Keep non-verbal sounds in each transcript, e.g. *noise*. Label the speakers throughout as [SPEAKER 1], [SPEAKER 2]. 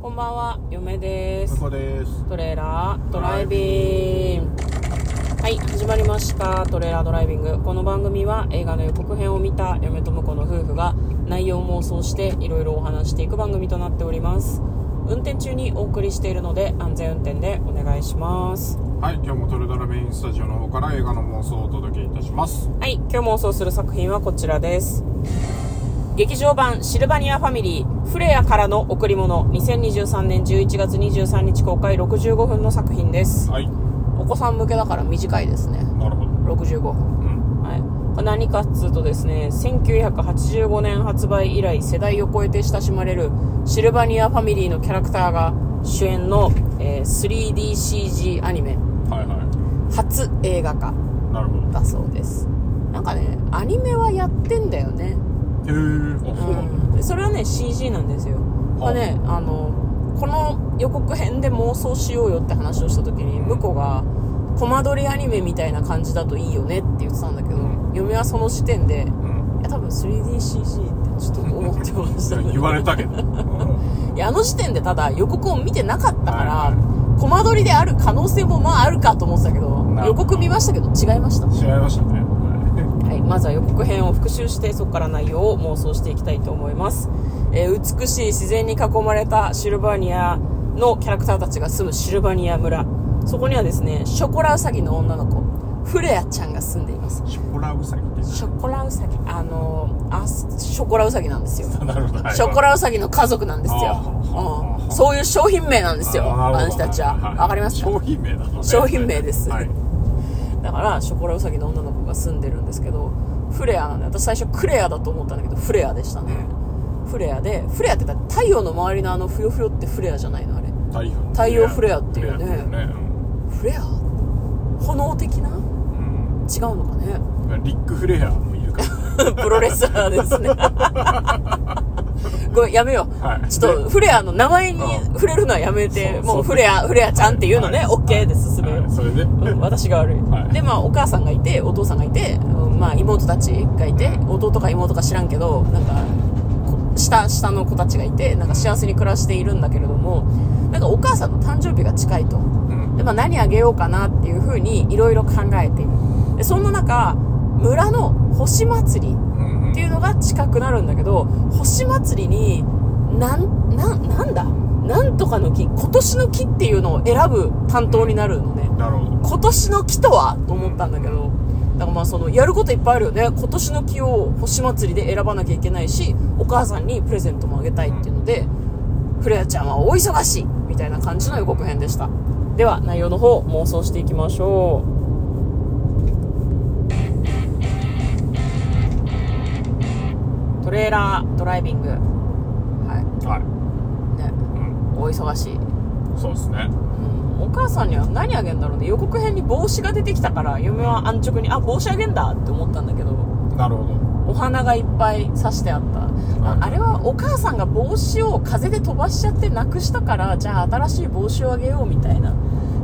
[SPEAKER 1] こんばんは、嫁です。
[SPEAKER 2] こです
[SPEAKER 1] トレーラードライビング。はい、始まりました。トレーラードライビング。この番組は映画の予告編を見た嫁と婿の夫婦が内容を妄想していろいろお話していく番組となっております。運転中にお送りしているので安全運転でお願いします。
[SPEAKER 2] はい今日もトレドラメインスタジオの方から映画の妄想をお届けいたします
[SPEAKER 1] はい、今日妄想する作品はこちらです。劇場版シルバニアファミリー、フレアからの贈り物、2023年11月23日公開65分の作品です。
[SPEAKER 2] はい
[SPEAKER 1] お子さん向けだから短いですね。
[SPEAKER 2] なるほど
[SPEAKER 1] 65分。
[SPEAKER 2] うん
[SPEAKER 1] はい。何かっつうとですね、1985年発売以来世代を超えて親しまれるシルバニアファミリーのキャラクターが主演の、えー 3DCG アニメ、
[SPEAKER 2] はいは
[SPEAKER 1] 初映画化
[SPEAKER 2] いなるほど
[SPEAKER 1] だそうです。なんかね、アニメはやってんだよね。
[SPEAKER 2] へえあそうなんだ
[SPEAKER 1] うん、それはね CG なんですよ、まあね、あのこの予告編で妄想しようよって話をした時に向こうが「コマ撮りアニメみたいな感じだといいよね」って言ってたんだけど、
[SPEAKER 2] うん
[SPEAKER 1] 嫁はその時点で「い
[SPEAKER 2] うん
[SPEAKER 1] や多分 3DCG ってちょっと思ってましたね
[SPEAKER 2] 言われたけど、うん
[SPEAKER 1] いやあの時点でただ予告を見てなかったから、
[SPEAKER 2] はい
[SPEAKER 1] コマ撮りである可能性もまああるかと思ってたけど
[SPEAKER 2] なる
[SPEAKER 1] 予
[SPEAKER 2] ほど
[SPEAKER 1] 告見ましたけど違いました
[SPEAKER 2] 違いましたねは
[SPEAKER 1] はい、まずは予告編を復習してそこから内容を妄想していきたいと思います、えー美しい自然に囲まれたシルバニアのキャラクターたちが住むシルバニア村そこにはですねショコラウサギの女の子フレアちゃんが住んでいます
[SPEAKER 2] いショコラウサギって
[SPEAKER 1] ショコラウサギあのーあショコラウサギなんですよ
[SPEAKER 2] なるほどはい
[SPEAKER 1] ショコラウサギの家族なんです
[SPEAKER 2] あ
[SPEAKER 1] よ、
[SPEAKER 2] ー
[SPEAKER 1] うん、そういう商品名なんですよ
[SPEAKER 2] あ
[SPEAKER 1] あ
[SPEAKER 2] なる
[SPEAKER 1] の
[SPEAKER 2] ほ
[SPEAKER 1] 人
[SPEAKER 2] ど
[SPEAKER 1] たちは
[SPEAKER 2] はい
[SPEAKER 1] わかりますか
[SPEAKER 2] 商品名だとね
[SPEAKER 1] 商品名です
[SPEAKER 2] はい、
[SPEAKER 1] だからショコラウサギの女の子が住んでるんですけどフレアなんで私最初クレアだと思ったんだけどフレアでしたねフレアでフレアってだって太陽の周りのあのふよふよってフレアじゃないのあれ
[SPEAKER 2] 太陽
[SPEAKER 1] 太陽フレアっていうね
[SPEAKER 2] フレアっていうね
[SPEAKER 1] フレア炎的な
[SPEAKER 2] うん
[SPEAKER 1] 違うのかね *laughs*
[SPEAKER 2] うんリック・フレアもいるからね
[SPEAKER 1] プロレスラーです
[SPEAKER 2] *laughs*
[SPEAKER 1] ねごめんやめよう、
[SPEAKER 2] はい
[SPEAKER 1] ちょっとフレアの名前に触れるのはやめて
[SPEAKER 2] うん
[SPEAKER 1] もう
[SPEAKER 2] そう
[SPEAKER 1] フレアフレアちゃんっていうの
[SPEAKER 2] は
[SPEAKER 1] ね
[SPEAKER 2] い
[SPEAKER 1] OK で進めよう
[SPEAKER 2] はいそれで
[SPEAKER 1] うん私が悪い、
[SPEAKER 2] はい
[SPEAKER 1] でまあお母さんがいてお父さんがいて、うんまあ、妹たちがいて弟か妹か知らんけどなんかこ下下の子たちがいてなんか幸せに暮らしているんだけれどもなんかお母さんの誕生日が近いと
[SPEAKER 2] うん
[SPEAKER 1] で、まあ、何あげようかなっていうふうにいろいろ考えているでそんな中村の星祭り
[SPEAKER 2] うんうん
[SPEAKER 1] っていうのが近くなるんだけど星祭りになんなんなんだなんとかの木今年の木っていうのを選ぶ担当になるのね、
[SPEAKER 2] なるほど
[SPEAKER 1] 今年の木とはと思ったんだけど、だからまあそのやることいっぱいあるよね今年の木を星祭りで選ばなきゃいけないしお母さんにプレゼントもあげたいっていうので、フレアちゃんは大忙しいみたいな感じの予告編でしたでは内容の方妄想していきましょうトレーラードライビングは
[SPEAKER 2] はい、
[SPEAKER 1] いね
[SPEAKER 2] う
[SPEAKER 1] お忙しい
[SPEAKER 2] ん、そうですね
[SPEAKER 1] お母さんには何あげんだろうね予告編に帽子が出てきたから嫁は安直にあ帽子あげんだって思ったんだけど
[SPEAKER 2] なるほど
[SPEAKER 1] お花がいっぱい刺してあったああれはお母さんが帽子を風で飛ばしちゃってなくしたからじゃあ新しい帽子をあげようみたいな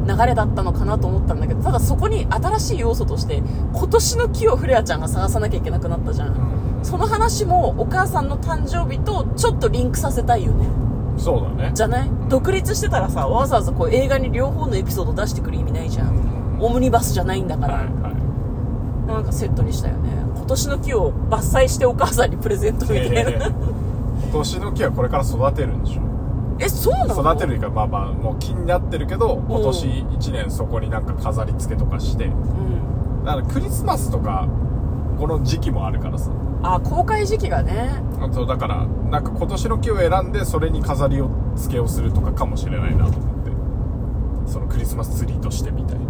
[SPEAKER 1] 流れだったのかなと思ったんだけどただそこに新しい要素として今年の木をフレアちゃんが探さなきゃいけなくなったじゃんその話もお母さんの誕生日とちょっとリンクさせたいよね
[SPEAKER 2] そうだね
[SPEAKER 1] じゃない独立してたらさわざわざこう映画に両方のエピソード出してくる意味ないじゃんオムニバスじゃないんだから、
[SPEAKER 2] はいは
[SPEAKER 1] なんかセットにしたよね今年の木を伐採してお母さんにプレゼントみ
[SPEAKER 2] い、
[SPEAKER 1] たいな、
[SPEAKER 2] ええ今年の木はこれから育てるんでしょ
[SPEAKER 1] *laughs* えそうなの
[SPEAKER 2] 育てるいうかまあまあもう木になってるけど今年1年そこになんか飾り付けとかして
[SPEAKER 1] うん
[SPEAKER 2] だからクリスマスとかこの時期もあるからさ
[SPEAKER 1] あ公開時期がね
[SPEAKER 2] あとだからなんか今年の木を選んでそれに飾りを付けをするとかかもしれないなと思ってそのクリスマスツリーとしてみた
[SPEAKER 1] *laughs*
[SPEAKER 2] いな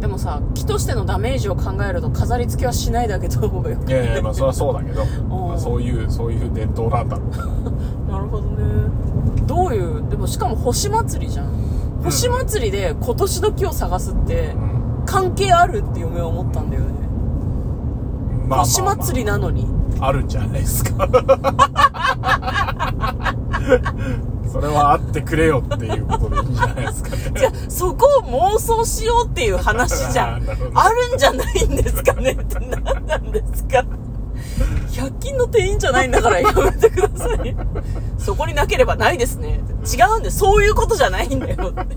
[SPEAKER 1] でもさ木としてのダメージを考えると飾り付けはしないだけの方がよく
[SPEAKER 2] いやいやまあそれはそうだけど、まあ、そういうそういう伝統なんだろう
[SPEAKER 1] *laughs* なるほどねどういうでもしかも星祭りじゃん星祭りで今年の木を探すって関係あるって嫁は思ったんだよね、
[SPEAKER 2] まあまあまあ
[SPEAKER 1] 星祭りなのに
[SPEAKER 2] あるんじゃないですか *laughs* それはあってくれよっていうことでいいんじゃないですかね
[SPEAKER 1] じゃあそこを妄想しようっていう話じゃ
[SPEAKER 2] *laughs* あ
[SPEAKER 1] ん
[SPEAKER 2] ーなるほど
[SPEAKER 1] あるんじゃないんですかねって何なんですか100均の店員じゃないんだからやめてくださいそこになければないですね違うんでそういうことじゃないんだよって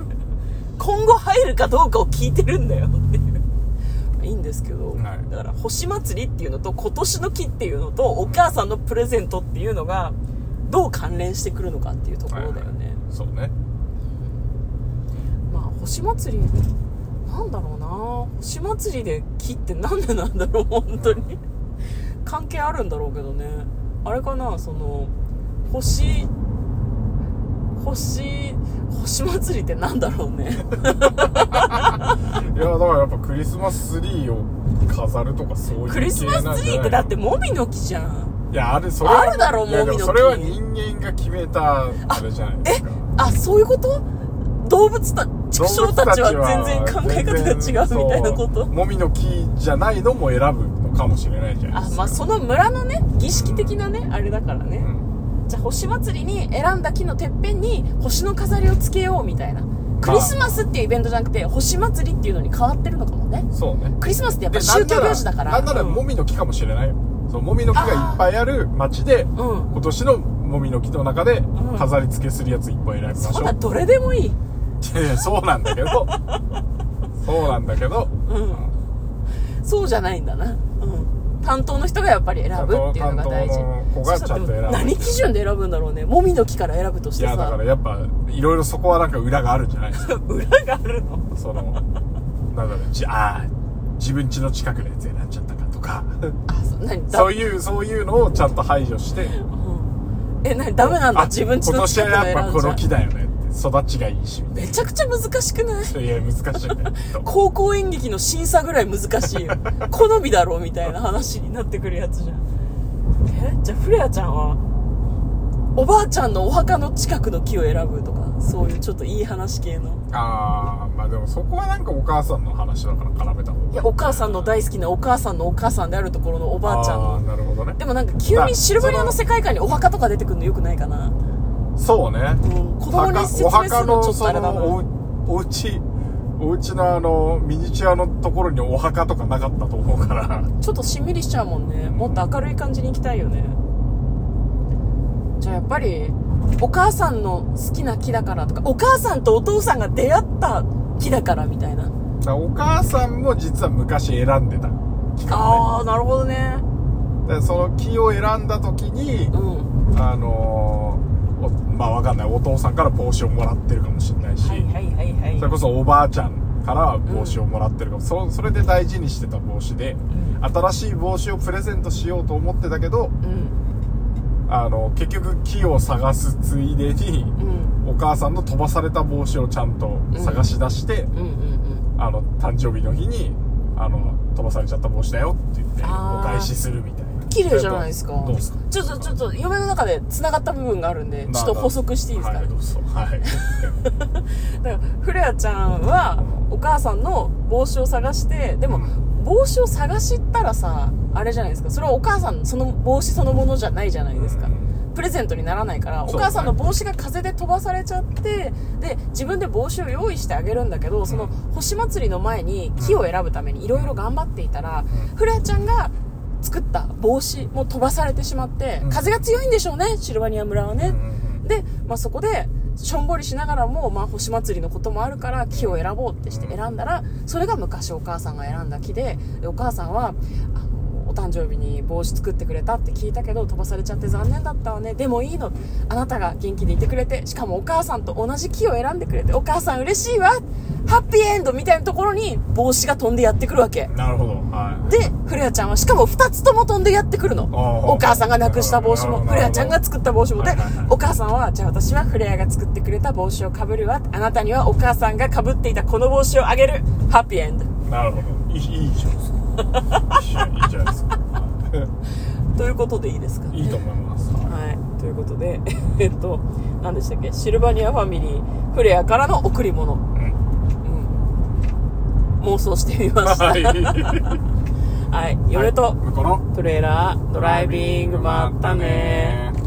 [SPEAKER 1] 今後入るかどうかを聞いてるんだよっていういいんですけど、
[SPEAKER 2] はい
[SPEAKER 1] だから星祭りっていうのと今年の木っていうのとお母さんのプレゼントっていうのがどう関連してくるのかっていうところだよね、
[SPEAKER 2] そうね
[SPEAKER 1] まあ星祭りなんだろうな星祭りで木ってなんでなんだろう *laughs* 本当に関係あるんだろうけどねあれかなその星星星祭りってなんだろう *laughs* ね
[SPEAKER 2] いやだからやっぱクリスマスツリーを飾るとかそういう
[SPEAKER 1] クリスマスツリーってだってモミの木じゃん
[SPEAKER 2] いやあれそれは
[SPEAKER 1] あるだろ
[SPEAKER 2] いや
[SPEAKER 1] もみ
[SPEAKER 2] で
[SPEAKER 1] の
[SPEAKER 2] も
[SPEAKER 1] 木
[SPEAKER 2] それは人間が決めたあれじゃないですか
[SPEAKER 1] あそういうこと動物た畜生たちは全然考え方が違うみたいなこと
[SPEAKER 2] もみの木じゃないのも選ぶのかもしれないじゃない
[SPEAKER 1] あ
[SPEAKER 2] ですか
[SPEAKER 1] まあその村のね儀式的なねあれだからね、
[SPEAKER 2] うん
[SPEAKER 1] じゃあ星祭りに選んだ木のてっぺんに星の飾りをつけようみたいなクリスマスっていうイベントじゃなくて星祭りっていうのに変わってるのかもね
[SPEAKER 2] そうね
[SPEAKER 1] クリスマスってやっぱ宗教行事だから
[SPEAKER 2] なんなら
[SPEAKER 1] うん
[SPEAKER 2] もみの木かもしれないよそうもみの木がいっぱいある町で
[SPEAKER 1] うん
[SPEAKER 2] 今年のもみの木の中で飾り付けするやついっぱい選びましょ
[SPEAKER 1] そん
[SPEAKER 2] う
[SPEAKER 1] などれでもいい
[SPEAKER 2] いやいやそうなんだ
[SPEAKER 1] *laughs*
[SPEAKER 2] けどそうなんだけど
[SPEAKER 1] うんそうじゃないんだなうん担当の人がやっぱり選ぶっていうのが大事
[SPEAKER 2] 担当の子が
[SPEAKER 1] そ
[SPEAKER 2] ちゃんと選ぶ
[SPEAKER 1] うだって何基準で選ぶんだろうねもみの木から選ぶとし
[SPEAKER 2] い
[SPEAKER 1] て
[SPEAKER 2] やだか
[SPEAKER 1] さ
[SPEAKER 2] らやっぱいろいろそこはなんか裏があるんじゃないですか
[SPEAKER 1] *laughs* 裏があるの
[SPEAKER 2] そのなんだろうじああ自分家の近くのやつ選んじゃったかとか
[SPEAKER 1] あそう何だ
[SPEAKER 2] そういうそういうのをちゃんと排除して
[SPEAKER 1] うんえ何ダメなんだ
[SPEAKER 2] あ
[SPEAKER 1] 自分ちの近く
[SPEAKER 2] 今
[SPEAKER 1] の
[SPEAKER 2] 年
[SPEAKER 1] 選
[SPEAKER 2] はやっぱこの
[SPEAKER 1] んじ
[SPEAKER 2] 木だよねって育ちがいいしみ
[SPEAKER 1] ゃめちゃくちゃ難しくない
[SPEAKER 2] たいないや難しいねと
[SPEAKER 1] 高校演劇の審査ぐらい難しい
[SPEAKER 2] *laughs*
[SPEAKER 1] よ好みだろうみたいな話になってくるやつじゃんえじゃあフレアちゃんはおばあちゃんのお墓の近くの木を選ぶとかそういうちょっといい話系の
[SPEAKER 2] ああまあでもそこはなんかお母さんの話だから絡めた方が
[SPEAKER 1] いやお母さんの大好きなお母さんのお母さんであるところのおばあちゃん
[SPEAKER 2] あ
[SPEAKER 1] の
[SPEAKER 2] ーなるほどね
[SPEAKER 1] でもなんか急にシルバニアの世界観にお墓とか出てくるのよくないかな、
[SPEAKER 2] そうね
[SPEAKER 1] うん、子供に説
[SPEAKER 2] お
[SPEAKER 1] 明す
[SPEAKER 2] 墓
[SPEAKER 1] るの
[SPEAKER 2] の
[SPEAKER 1] ちょっと
[SPEAKER 2] そ
[SPEAKER 1] あれだ
[SPEAKER 2] の
[SPEAKER 1] な
[SPEAKER 2] おうお家お家のあのミニチュアのところにお墓とかなかったと思うから
[SPEAKER 1] ちょっとしんみりしちゃうもんねもっと明るい感じに行きたいよねじゃあやっぱりお母さんの好きな木だからとかお母さんとお父さんが出会った木だからみたいな
[SPEAKER 2] だからお母さんも実は昔選んでた木か
[SPEAKER 1] ああなるほどね
[SPEAKER 2] もねでその木を選んだ時に
[SPEAKER 1] うん
[SPEAKER 2] あのーおまあわかんないお父さんから帽子をもらってるかもしれないし、
[SPEAKER 1] はいはいはいはい
[SPEAKER 2] それこそおばあちゃんから帽子をもらってるかも、そそれで大事にしてた帽子で、
[SPEAKER 1] ん
[SPEAKER 2] 新しい帽子をプレゼントしようと思ってたけ
[SPEAKER 1] う
[SPEAKER 2] ど
[SPEAKER 1] ん
[SPEAKER 2] あの結局木を探すついでに
[SPEAKER 1] うん
[SPEAKER 2] お母さんの飛ばされた帽子をちゃんと探し出して、
[SPEAKER 1] うんうんうん
[SPEAKER 2] あの誕生日の日にあの飛ばされちゃった帽子だよって言って
[SPEAKER 1] あー
[SPEAKER 2] お返しするみたいな
[SPEAKER 1] 綺麗じゃないですか
[SPEAKER 2] どうですか
[SPEAKER 1] ちょっとちょっと嫁の中で繋がった部分があるんでちょっと補足していいですか
[SPEAKER 2] はい
[SPEAKER 1] ね
[SPEAKER 2] どうぞはい
[SPEAKER 1] だからフレアちゃんはお母さんの帽子を探してでも
[SPEAKER 2] うん
[SPEAKER 1] 帽子を探し行ったらさあれじゃないですかそれはお母さんのその帽子そのものじゃないじゃ *laughs* ないですか、
[SPEAKER 2] うん
[SPEAKER 1] プレゼントにならないから、お
[SPEAKER 2] そうね
[SPEAKER 1] 母さんの帽子が風で飛ばされちゃってで自分で帽子を用意してあげるんだけどその星祭りの前に木を選ぶためにいろいろ頑張っていたら、フレアちゃんが作った帽子も飛ばされてしまって、
[SPEAKER 2] うん
[SPEAKER 1] 風が強いんでしょうねシルバニア村はね、
[SPEAKER 2] うん
[SPEAKER 1] で、まあ、そこでしょんぼりしながらも、まあ、星祭りのこともあるから木を選ぼうってして選んだらそれが昔お母さんが選んだ木ででお母さんはあのお誕生日に帽子作ってくれたって聞いたけど飛ばされちゃって残念だったわねでもいいのあなたが元気でいてくれてしかもお母さんと同じ木を選んでくれてお母さん嬉しいわハッピーエンドみたいなところに帽子が飛んでやってくるわけ
[SPEAKER 2] なるほどはい
[SPEAKER 1] で、フレアちゃんはしかも2つとも飛んでやってくるの。
[SPEAKER 2] ー
[SPEAKER 1] お母さんがなくした帽子も、
[SPEAKER 2] なるほど
[SPEAKER 1] フレアちゃんが作った帽子も。で
[SPEAKER 2] はいはいはい、
[SPEAKER 1] お母さんは、じゃあ私はフレアが作ってくれた帽子をかぶるわ。あなたにはお母さんがかぶっていたこの帽子をあげる。ハッピーエンド。
[SPEAKER 2] なるほどいいいいじゃないですかいいじゃないですか
[SPEAKER 1] ということでいいですか
[SPEAKER 2] いいと思います
[SPEAKER 1] はい。ということで、えっと、何でしたっけシルバニアファミリー、フレアからの贈り物。うん妄想してみ
[SPEAKER 2] *laughs*
[SPEAKER 1] ました。
[SPEAKER 2] はい
[SPEAKER 1] はい。よれと、
[SPEAKER 2] 向こうの
[SPEAKER 1] トレーラー、ドライビング、まったねー。